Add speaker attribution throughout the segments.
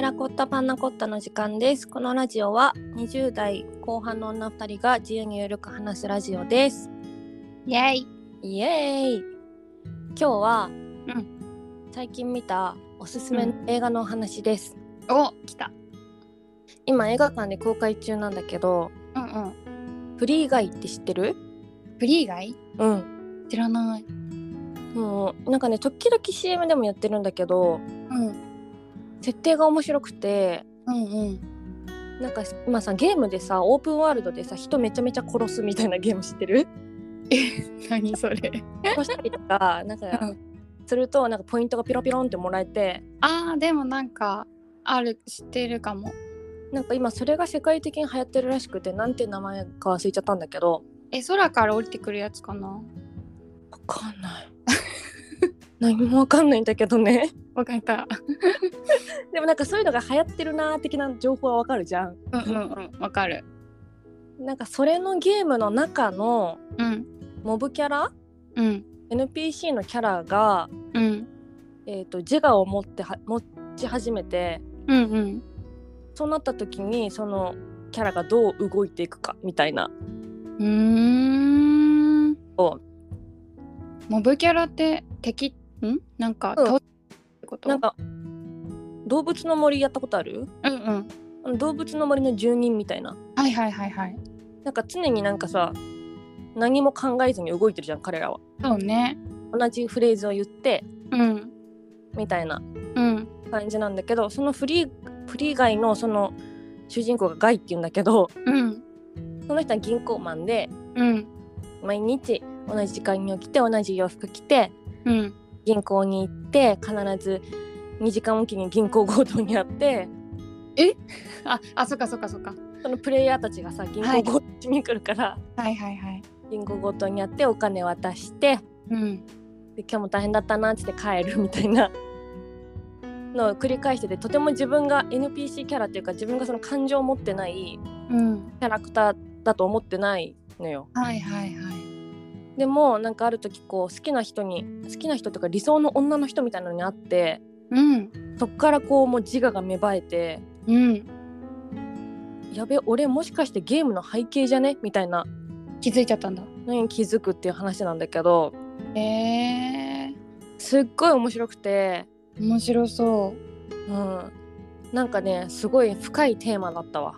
Speaker 1: ラコッタパンナコッタの時間です。このラジオは20代後半の女2人が自由にゆるく話すラジオです。
Speaker 2: イエイ
Speaker 1: イエーイ今日は、
Speaker 2: ん
Speaker 1: 最近見たおすすめの映画のお話です。
Speaker 2: お来た
Speaker 1: 今映画館で公開中なんだけど、
Speaker 2: うんうん
Speaker 1: フリーガイって知ってる
Speaker 2: フリー以外
Speaker 1: うん。
Speaker 2: 知らない
Speaker 1: もうなんかね時々 CM でもやってるんだけど
Speaker 2: うん
Speaker 1: 設定が面白くて
Speaker 2: うんうん
Speaker 1: なんか今さゲームでさオープンワールドでさ人めちゃめちゃ殺すみたいなゲーム知ってる
Speaker 2: 何それ
Speaker 1: 殺したりとかなんかするとなんかポイントがピロピロンってもらえて
Speaker 2: あーでもなんかある知ってるかも
Speaker 1: なんか今それが世界的に流行ってるらしくてなんて名前か忘れちゃったんだけど
Speaker 2: え空から降りてくるやつかな
Speaker 1: わかんない 何もわかんないんだけどね
Speaker 2: わかった
Speaker 1: でもなんかそういうのが流行ってるなー的な情報はわかるじゃん
Speaker 2: うんうんうん わかる
Speaker 1: なんかそれのゲームの中の
Speaker 2: うん
Speaker 1: モブキャラ
Speaker 2: うん
Speaker 1: NPC のキャラが、
Speaker 2: うん
Speaker 1: えー、と自我を持っては持ち始めて
Speaker 2: うんうん
Speaker 1: そうなった時にそのキャラがどう動いていくかみたいな
Speaker 2: うーん
Speaker 1: お
Speaker 2: モブキャラって敵んなんか
Speaker 1: うん
Speaker 2: 倒すってこと
Speaker 1: なんか動物の森やったことある
Speaker 2: うんうん
Speaker 1: あの動物の森の住人みたいな
Speaker 2: はいはいはいはい
Speaker 1: なんか常になんかさ何も考えずに動いてるじゃん彼らは
Speaker 2: そうね
Speaker 1: 同じフレーズを言って
Speaker 2: うん
Speaker 1: みたいな
Speaker 2: うん
Speaker 1: 感じなんだけどそのフリーフリーガイのその主人公がガイって言うんだけど
Speaker 2: うん
Speaker 1: その人は銀行マンで
Speaker 2: うん
Speaker 1: 毎日同じ時間に起きて同じ洋服着て
Speaker 2: うん
Speaker 1: 銀行に行って必ず2時間おきに銀行強盗にあって
Speaker 2: ああそっかそっかそっか
Speaker 1: そのプレイヤーたちがさ銀
Speaker 2: は
Speaker 1: 行
Speaker 2: い
Speaker 1: 強盗しに来るから、
Speaker 2: はいはいはい
Speaker 1: 銀行強盗にあってお金渡して
Speaker 2: うん
Speaker 1: で今日も大変だったなっつって帰るみたいなのを繰り返しててとても自分が NPC キャラっていうか自分がその感情を持ってない
Speaker 2: うん
Speaker 1: キャラクターだと思ってないのよ。
Speaker 2: はいはいはい
Speaker 1: でもなんかある時こう好きな人に好きな人とか理想の女の人みたいなのに会って
Speaker 2: うん
Speaker 1: そっからこうもう自我が芽生えて
Speaker 2: うん
Speaker 1: やべ俺もしかしてゲームの背景じゃねみたいな
Speaker 2: 気づいちゃったんだ
Speaker 1: のに気づくっていう話なんだけど
Speaker 2: へえ
Speaker 1: すっごい面白くて、
Speaker 2: ー、面白そ
Speaker 1: うん、なんかねすごい深いテーマだったわ。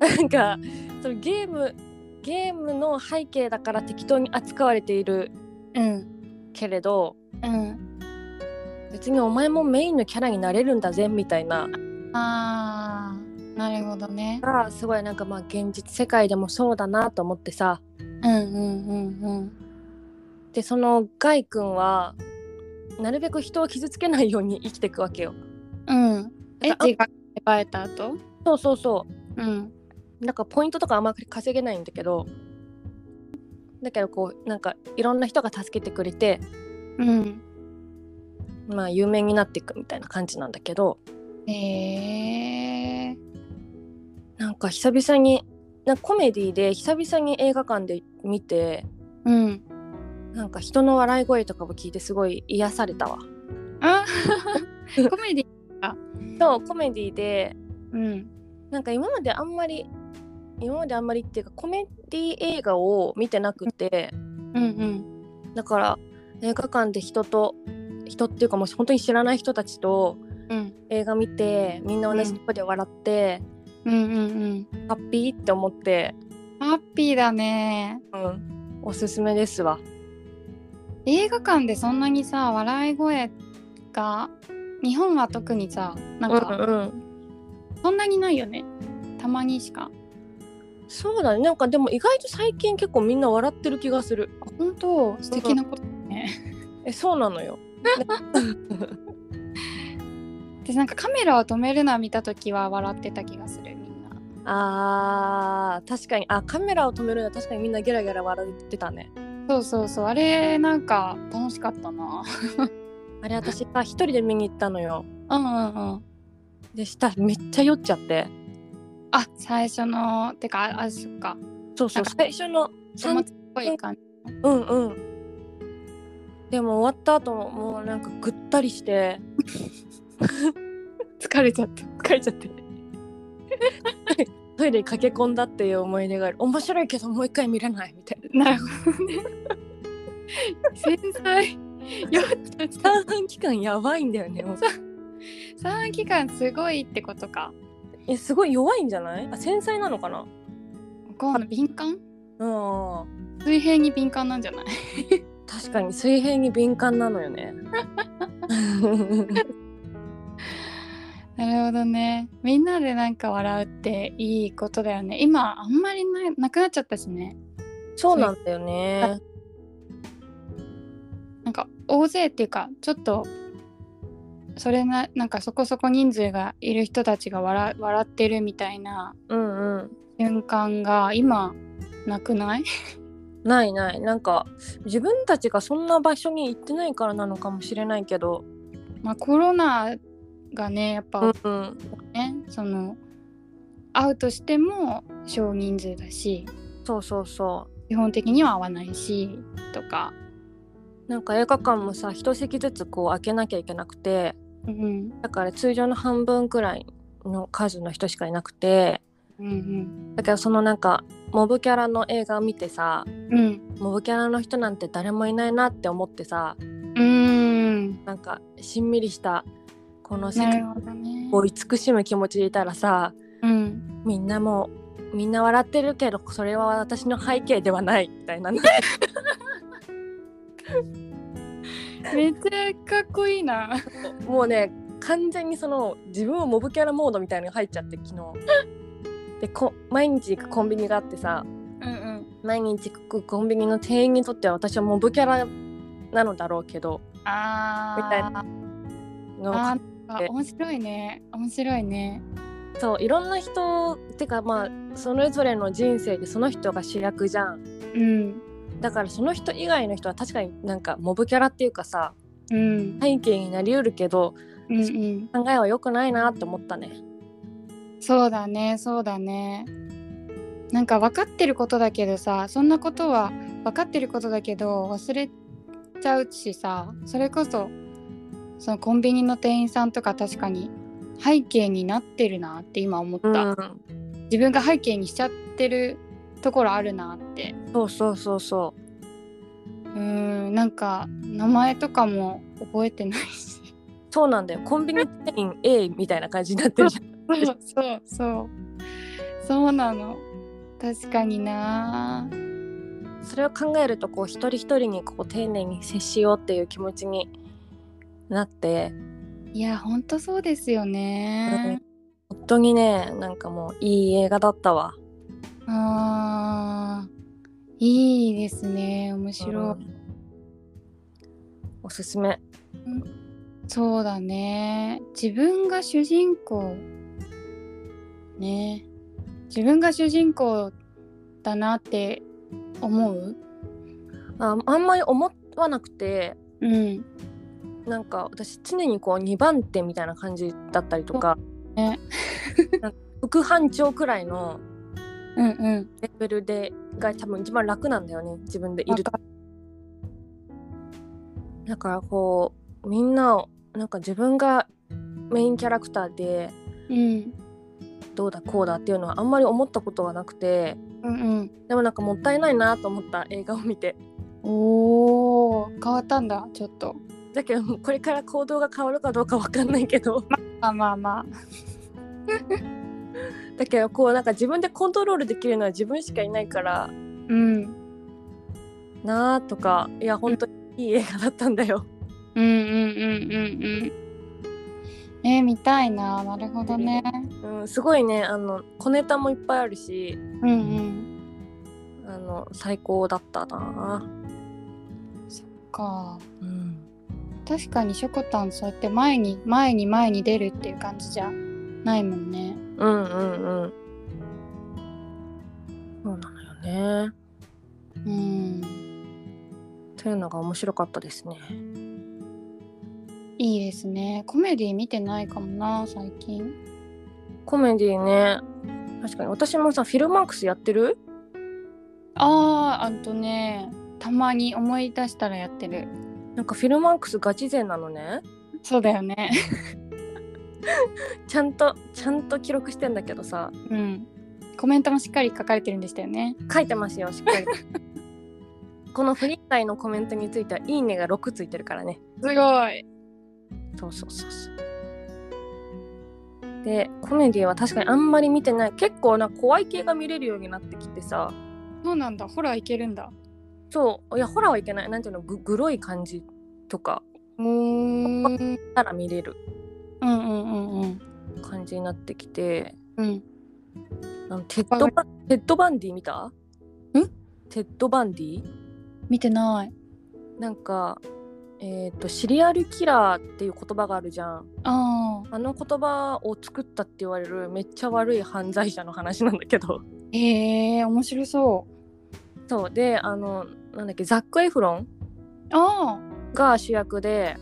Speaker 1: なんかそのゲームゲームの背景だから適当に扱われている
Speaker 2: ううん
Speaker 1: けれど
Speaker 2: うん
Speaker 1: 別にお前もメインのキャラになれるんだぜみたいな
Speaker 2: あーなるほどね
Speaker 1: がすごいなんかまあ現実世界でもそうだなと思ってさ
Speaker 2: うんうんうんうん
Speaker 1: でそのガイ君はなるべく人を傷つけないように生きていくわけよ。
Speaker 2: うんえ
Speaker 1: だから
Speaker 2: 自我が芽生えた後
Speaker 1: そうそうそ
Speaker 2: うん
Speaker 1: うなんかポイントとかあんまり稼げないんだけどだけどこうなんかいろんな人が助けてくれて
Speaker 2: うん
Speaker 1: まあ有名になっていくみたいな感じなんだけど
Speaker 2: へえ
Speaker 1: なんか久々になんかコメディで久々に映画館で見て
Speaker 2: うん
Speaker 1: なんか人の笑い声とかも聞いてすごい癒されたわ。
Speaker 2: あコメディ
Speaker 1: そうコメディで
Speaker 2: うん
Speaker 1: なんか今まであんまり今まであんまりっていうかコメディ映画を見てなくて
Speaker 2: うんうん
Speaker 1: だから映画館で人と人っていうかもう本当に知らない人たちと
Speaker 2: うん
Speaker 1: 映画見てみんな同じとこで笑って、
Speaker 2: うんうんうん
Speaker 1: ハッピーって思って、
Speaker 2: ハッピーだね
Speaker 1: うん、おすすめですわ。
Speaker 2: 映画館でそんなにさ笑い声が日本は特にさな
Speaker 1: うんん
Speaker 2: か
Speaker 1: うん、
Speaker 2: そんなにないよねたまにしか
Speaker 1: そうだねなんかでも意外と最近結構みんな笑ってる気がする。
Speaker 2: あ本当素敵なことだね
Speaker 1: えそうなのよ。
Speaker 2: でなんかカメラを止めるな見た時は笑ってた気がするみんな
Speaker 1: あー確かにあカメラを止めるのは確かにみんなゲラゲラ笑ってたね。
Speaker 2: そうそうそうあれなんか楽しかったな
Speaker 1: あれ私さ一人で見に行ったのよ。
Speaker 2: うんうんうん
Speaker 1: でしためっちゃ酔っちゃって
Speaker 2: あ最初のてかああそっか
Speaker 1: そうそう
Speaker 2: なんか
Speaker 1: 最初の
Speaker 2: お祭りっぽい感じ
Speaker 1: うんうんでも終わった後ももうなんかぐったりして疲れちゃって疲れちゃってトイレに駆け込んだっていう思い出がある面白いけどもう一回見れないみたいな
Speaker 2: なるほどね 繊細よちょっと
Speaker 1: 三半 期間やばいんだよねもう
Speaker 2: 三半期間すごいってことか
Speaker 1: えすごい弱いんじゃないあ繊細なのかな
Speaker 2: こう敏感
Speaker 1: うん
Speaker 2: 水平に敏感なんじゃない
Speaker 1: 確かに水平に敏感なのよ ね
Speaker 2: なるほどねみんなでなんか笑うっていいことだよね今あんまりななくなっちゃったしね
Speaker 1: そうなんだよね
Speaker 2: なんか大勢っていうかちょっとそれななんかそこそこ人数がいる人たちが笑笑ってるみたいな
Speaker 1: うんうん
Speaker 2: 瞬間が今なくない
Speaker 1: ないないなんか自分たちがそんな場所に行ってないからなのかもしれないけど
Speaker 2: まあコロナがねやっぱ
Speaker 1: うんうん
Speaker 2: ね、その会うとしても少人数だし
Speaker 1: そうそうそう
Speaker 2: 基本的には会わないしとか、
Speaker 1: なんか映画館もさ一席ずつこう開けなきゃいけなくて
Speaker 2: うん
Speaker 1: だから通常の半分くらいの数の人しかいなくて
Speaker 2: うん
Speaker 1: だからそのなんかモブキャラの映画を見てさ
Speaker 2: うんうん
Speaker 1: モブキャラの人なんて誰もいないなって思ってさ
Speaker 2: うーん
Speaker 1: なんかしんみりしたこの世
Speaker 2: な
Speaker 1: 界
Speaker 2: るほどね。
Speaker 1: を慈しむ気持ちでいたらさ
Speaker 2: うん、
Speaker 1: みんなもうみんな笑ってるけどそれは私の背景ではないみたいな
Speaker 2: めっちゃかっこいいな。
Speaker 1: もうね完全にその自分をモブキャラモードみたいなのが入っちゃって昨日。でこ毎日行くコンビニがあってさ
Speaker 2: うんうん、
Speaker 1: 毎日行くコンビニの店員にとっては私はモブキャラなのだろうけど
Speaker 2: あー
Speaker 1: みたいなの
Speaker 2: あーなんか面白いね面白いね。
Speaker 1: そういろんな人ってかまあそれぞれの人生でその人が主役じゃん
Speaker 2: うん
Speaker 1: だからその人以外の人は確かになんかモブキャラっていうかさ
Speaker 2: うん
Speaker 1: 背景になりうるけど
Speaker 2: うんうん、
Speaker 1: 考えは良くないなって思ったね
Speaker 2: そうだねそうだね。なんか分かってることだけどさそんなことは分かってることだけど忘れちゃうしさそれこそそのコンビニの店員さんとか確かに背景になってるなって今思った。
Speaker 1: うん
Speaker 2: 自分が背景にしちゃってるところあるなって
Speaker 1: そうそうそうそう
Speaker 2: うーんなんか名前とかも覚えてないし
Speaker 1: そうなんだよコンビニ店員 A みたいな感じになってる じゃん
Speaker 2: そうそうそうそうなの確かにな
Speaker 1: それを考えるとこう一人一人にこう丁寧に接しようっていう気持ちになって
Speaker 2: いやほんとそうですよね
Speaker 1: 本当にねなんかもういい映画だったわ
Speaker 2: あーいいですね面白い、
Speaker 1: おすすめ
Speaker 2: そうだね自分が主人公ね自分が主人公だなって思う
Speaker 1: ああんまり思わなくて
Speaker 2: うん
Speaker 1: なんか私常にこう2番手みたいな感じだったりとか
Speaker 2: ね
Speaker 1: なんか副班長くらいの
Speaker 2: うんうん
Speaker 1: レベルでが多分一番楽なんだよね自分でい
Speaker 2: わ
Speaker 1: ると
Speaker 2: かる
Speaker 1: だからこうみんなをなんか自分がメインキャラクターで
Speaker 2: うん
Speaker 1: どうだこうだっていうのはあんまり思ったことがなくて
Speaker 2: うんうん
Speaker 1: でもなんかもったいないなと思った映画を見て
Speaker 2: おお変わったんだちょっと
Speaker 1: だけどもうこれから行動が変わるかどうかわかんないけど
Speaker 2: あまあまあ
Speaker 1: だけどこうなんか自分でコントロールできるのは自分しかいないから
Speaker 2: うん
Speaker 1: なあとかいや本当にいい映画だったんだよ。
Speaker 2: うんうんうんうんうんえー、見たいななるほどね
Speaker 1: うん、すごいねあの小ネタもいっぱいあるし
Speaker 2: うんうん
Speaker 1: あの最高だったな。
Speaker 2: か
Speaker 1: うん、
Speaker 2: 確かにしょこたんそうやって前に前に前に出るっていう感じじゃないもんね
Speaker 1: うんうんうん。そうなのよね。
Speaker 2: うん
Speaker 1: というのが面白かったですね。
Speaker 2: いいですねコメディ見てないかもな最近
Speaker 1: コメディね確かに私もさフィルマークスやってる
Speaker 2: あーあとねたまに思い出したらやってる
Speaker 1: なんかフィルマークスガチ勢なのね。
Speaker 2: そうだよね
Speaker 1: ちゃんとちゃんと記録してんだけどさ
Speaker 2: うん。コメントもしっかり書かれてるんでしたよね。
Speaker 1: 書いてますよしっかりこのフリータイのコメントについては「いいね」が6ついてるからね
Speaker 2: すごい。
Speaker 1: そうそうそうそうでコメディは確かにあんまり見てない結構な怖い系が見れるようになってきてさ
Speaker 2: そうなんだ。ホラーいけるんだ。
Speaker 1: そういやホラーはいけないなんていうのググロい感じとか
Speaker 2: おー。
Speaker 1: なら見れる
Speaker 2: うんうんうんうん。
Speaker 1: 感じになってきて
Speaker 2: うん。
Speaker 1: あのテッドバンテッドバンディ見た
Speaker 2: ん
Speaker 1: テッドバンディ
Speaker 2: 見てない。
Speaker 1: なんかえっ、とシリアルキラーっていう言葉があるじゃん
Speaker 2: ああ。
Speaker 1: あの言葉を作ったって言われるめっちゃ悪い犯罪者の話なんだけど
Speaker 2: へえ、面白そう。
Speaker 1: そうであのなんだっけザック・エフロン
Speaker 2: ああ。
Speaker 1: が主役で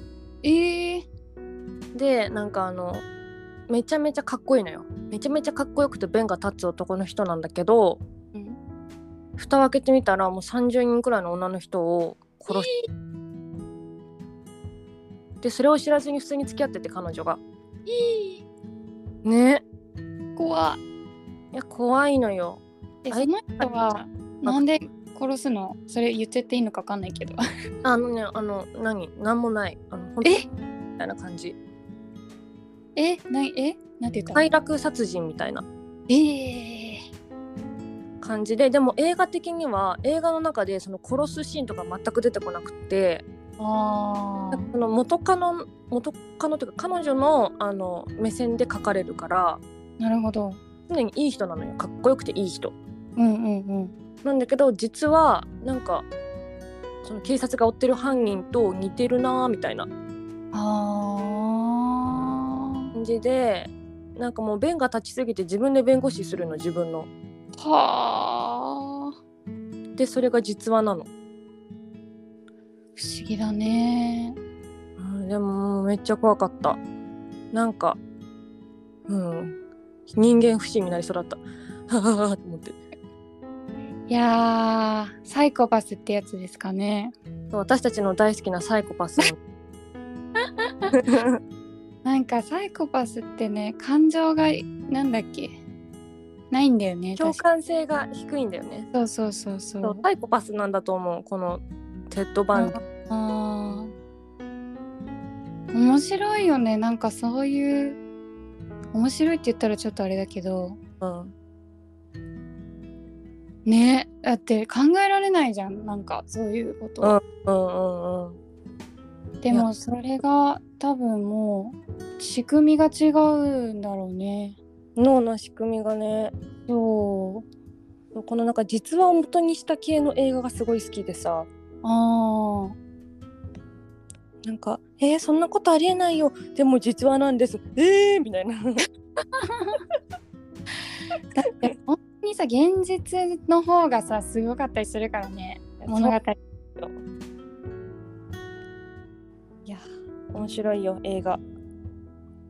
Speaker 2: ええ。
Speaker 1: でなんかあのめちゃめちゃかっこいいのよめちゃめちゃかっこよくて弁が立つ男の人なんだけど
Speaker 2: うん
Speaker 1: 蓋を開けてみたらもう30人くらいの女の人を殺しでそれを知らずに普通に付き合ってて彼女が
Speaker 2: いい。
Speaker 1: ね
Speaker 2: 怖い。
Speaker 1: いや怖いのよ
Speaker 2: え、
Speaker 1: あれ
Speaker 2: その人は、なんで殺すのそれ言っちゃっていいのかわかんないけど。
Speaker 1: あのねあの何何もないあの本当に
Speaker 2: え
Speaker 1: みたいな感じ
Speaker 2: え、ない、え、なんて言ったの
Speaker 1: 快楽殺人みたいな
Speaker 2: ええ。
Speaker 1: 感じででも映画的には映画の中でその殺すシーンとか全く出てこなくって
Speaker 2: ああ。
Speaker 1: その元カノ元カノというか彼女のあの目線で書かれるから
Speaker 2: なるほど。
Speaker 1: 常にいい人なのよかっこよくていい人
Speaker 2: うんうんうん。
Speaker 1: なんだけど実はなんかその警察が追ってる犯人と似てるなーみたいな
Speaker 2: あ
Speaker 1: 感じでなんかもう弁が立ちすぎて自分で弁護士するの自分の
Speaker 2: あ。はあ。
Speaker 1: でそれが実話なの、
Speaker 2: 不思議だね。
Speaker 1: うん、でももうめっちゃ怖かったなんかうん人間不信になりそうだったははははと思って
Speaker 2: いやー、サイコパスってやつですかね。
Speaker 1: そう私たちの大好きなサイコパス
Speaker 2: なんかサイコパスってね、感情がなんだっけないんだよね。
Speaker 1: 共
Speaker 2: 確か
Speaker 1: 感性が低いんだよね
Speaker 2: そうそうそうそ
Speaker 1: そう
Speaker 2: う。
Speaker 1: サイコパスなんだと思うこのテッド・バンディ
Speaker 2: あー面白いよね。なんかそういう面白いって言ったらちょっとあれだけど、
Speaker 1: うん
Speaker 2: ね、だって考えられないじゃん。なんかそういうこと。
Speaker 1: うんうんうん
Speaker 2: で
Speaker 1: い
Speaker 2: もそれが多分もう仕組みが違うんだろうね。
Speaker 1: 脳の仕組みがね
Speaker 2: そう。
Speaker 1: このなんか実話を元にした系の映画がすごい好きでさ
Speaker 2: ああ。
Speaker 1: なんか「えー、そんなことありえないよでも実話なんですえー!」みた いな
Speaker 2: だって本当にさ現実の方がさすごかったりするからね物語。
Speaker 1: いや面白いよ映画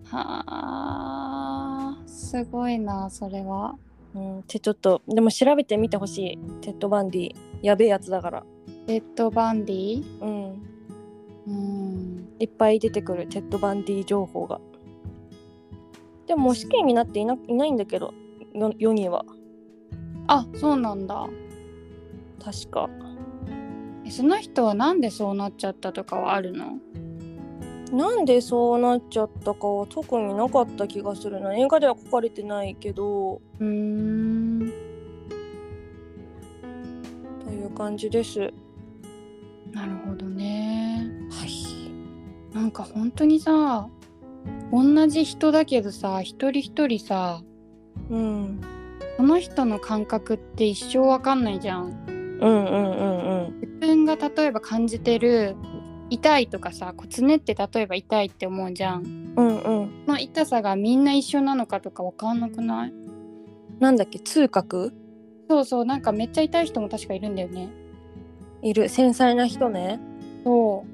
Speaker 2: はあすごいなそれは。
Speaker 1: うんってちょっとでも調べてみてほしいテッド・バンディやべえやつだから
Speaker 2: レッドバンディ
Speaker 1: うん
Speaker 2: うん。
Speaker 1: いっぱい出てくるテッド・バンディ情報がでももう死刑になっていないないんだけどよ世には
Speaker 2: あそうなんだ。
Speaker 1: 確か
Speaker 2: えその人はなんでそうなっちゃったとかはあるの
Speaker 1: なんでそうなっちゃったかは特になかった気がするな映画では書かれてないけど
Speaker 2: うーん
Speaker 1: という感じですは
Speaker 2: なるほどね。
Speaker 1: い
Speaker 2: なんか本当にさ同じ人だけどさ一人一人さ
Speaker 1: うん
Speaker 2: その人の感覚って一生わかんないじゃん。
Speaker 1: うんうんうんうん
Speaker 2: 自分が例えば感じてる痛いとかさこうつねって例えば痛いって思うじゃん。
Speaker 1: うんうん
Speaker 2: その痛さがみんな一緒なのかとかわかんなくない
Speaker 1: なんだっけ痛覚
Speaker 2: そうそうなんかめっちゃ痛い人も確かいるんだよね。
Speaker 1: いる繊細な人ね
Speaker 2: そ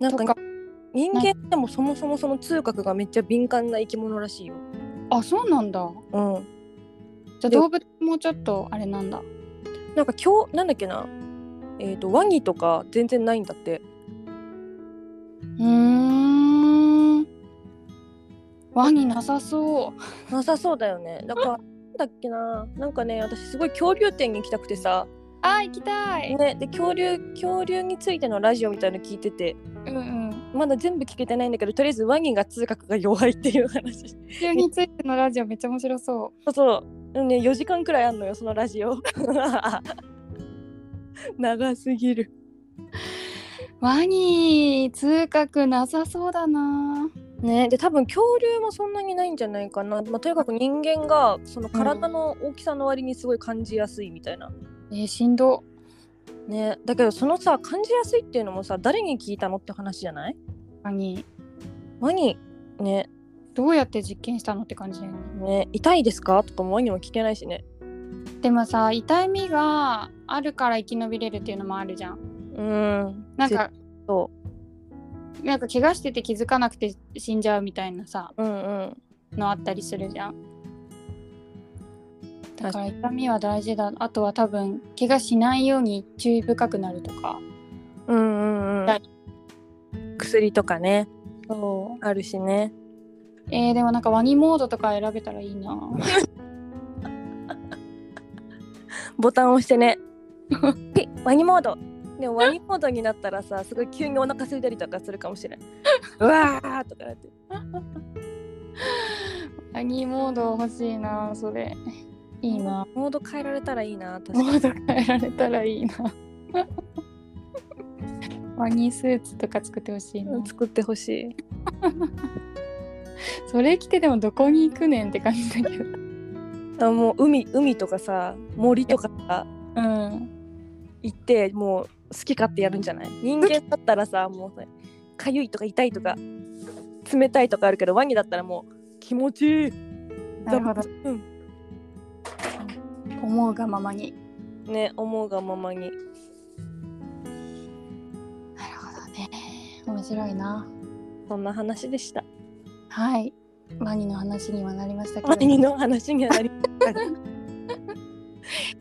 Speaker 2: う
Speaker 1: なん
Speaker 2: と
Speaker 1: か
Speaker 2: か
Speaker 1: 人間でもそもそもその痛覚がめっちゃ敏感な生き物らしいよ
Speaker 2: あそうなんだ。
Speaker 1: うん
Speaker 2: じゃあ
Speaker 1: で
Speaker 2: 動物もちょっとあれなんだ。
Speaker 1: なんか今日なんだっけなえっ、とワニとか全然ないんだって
Speaker 2: うーん。ワニなさそう
Speaker 1: なさそうだよねだからなんだっけななんかね私すごい恐竜展に行きたくてさ、
Speaker 2: あー行きたい
Speaker 1: ね、で恐竜恐竜についてのラジオみたいの聞いてて
Speaker 2: うんうん
Speaker 1: まだ全部聞けてないんだけどとりあえずワニが通学が弱いっていう話そ
Speaker 2: 地球についてのラジオめっちゃ面白そう
Speaker 1: そうでもね4時間くらいあんのよそのラジオ 長すぎる
Speaker 2: うワニ通覚なさそうだな
Speaker 1: ねで多分恐竜もそんなにないんじゃないかな、まあ、とにかく人間がその体の大きさの割にすごい感じやすいみたいな、
Speaker 2: えー、しんど
Speaker 1: ねだけどそのさ感じやすいっていうのもさ誰に聞いたのって話じゃない
Speaker 2: ワニ
Speaker 1: ワニね
Speaker 2: どうやって実験したのって感じだよね
Speaker 1: ね痛いですかとかもワニも聞けないしね
Speaker 2: でもさ痛みがあるから生き延びれるっていうのもあるじゃん
Speaker 1: うん
Speaker 2: なんか
Speaker 1: そ
Speaker 2: なんか怪我してて気づかなくて死んじゃうみたいなさ
Speaker 1: ううんうん
Speaker 2: のあったりするじゃんだから痛みは大事だあとは多分怪我しないように注意深くなるとか
Speaker 1: うんうんう
Speaker 2: は
Speaker 1: ん薬とかね
Speaker 2: そ
Speaker 1: あるしね
Speaker 2: うえー、でもなんかワニモードとか選べたらいいな
Speaker 1: ボタン押してねピッ ワニモードでもワニモードになったらさすごい急にお腹空いたりとかするかもし れないうわーとかなって
Speaker 2: ワニモード欲しいなそれいいな
Speaker 1: モード変えられたらいいな確か
Speaker 2: モ
Speaker 1: に
Speaker 2: ード変えられたらいいなワニスーツとか作ってほしいな、
Speaker 1: 作ってほしい
Speaker 2: それ着てでもどこに行くねんって感じだけど
Speaker 1: あもう海海とかさ森とかさ
Speaker 2: うん
Speaker 1: 行ってもう好き勝手やるんじゃない人間だったらさもうさかゆいとか痛いとか冷たいとかあるけどワニだったらもう気持ちいい
Speaker 2: なるほど
Speaker 1: うん
Speaker 2: 思うがままに
Speaker 1: ね思うがままに
Speaker 2: なるほどね面白いな
Speaker 1: そんな話でした
Speaker 2: はいワニの話にはなりましたけど
Speaker 1: ワニの話にはなりましたが
Speaker 2: ち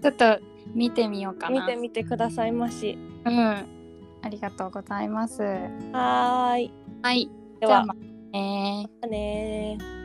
Speaker 2: ょっと見てみようか
Speaker 1: 見
Speaker 2: な
Speaker 1: てみてくださいまし
Speaker 2: うんありがとうございます
Speaker 1: はーい
Speaker 2: はい
Speaker 1: で
Speaker 2: じゃあ
Speaker 1: は
Speaker 2: また
Speaker 1: ま
Speaker 2: ね
Speaker 1: たねー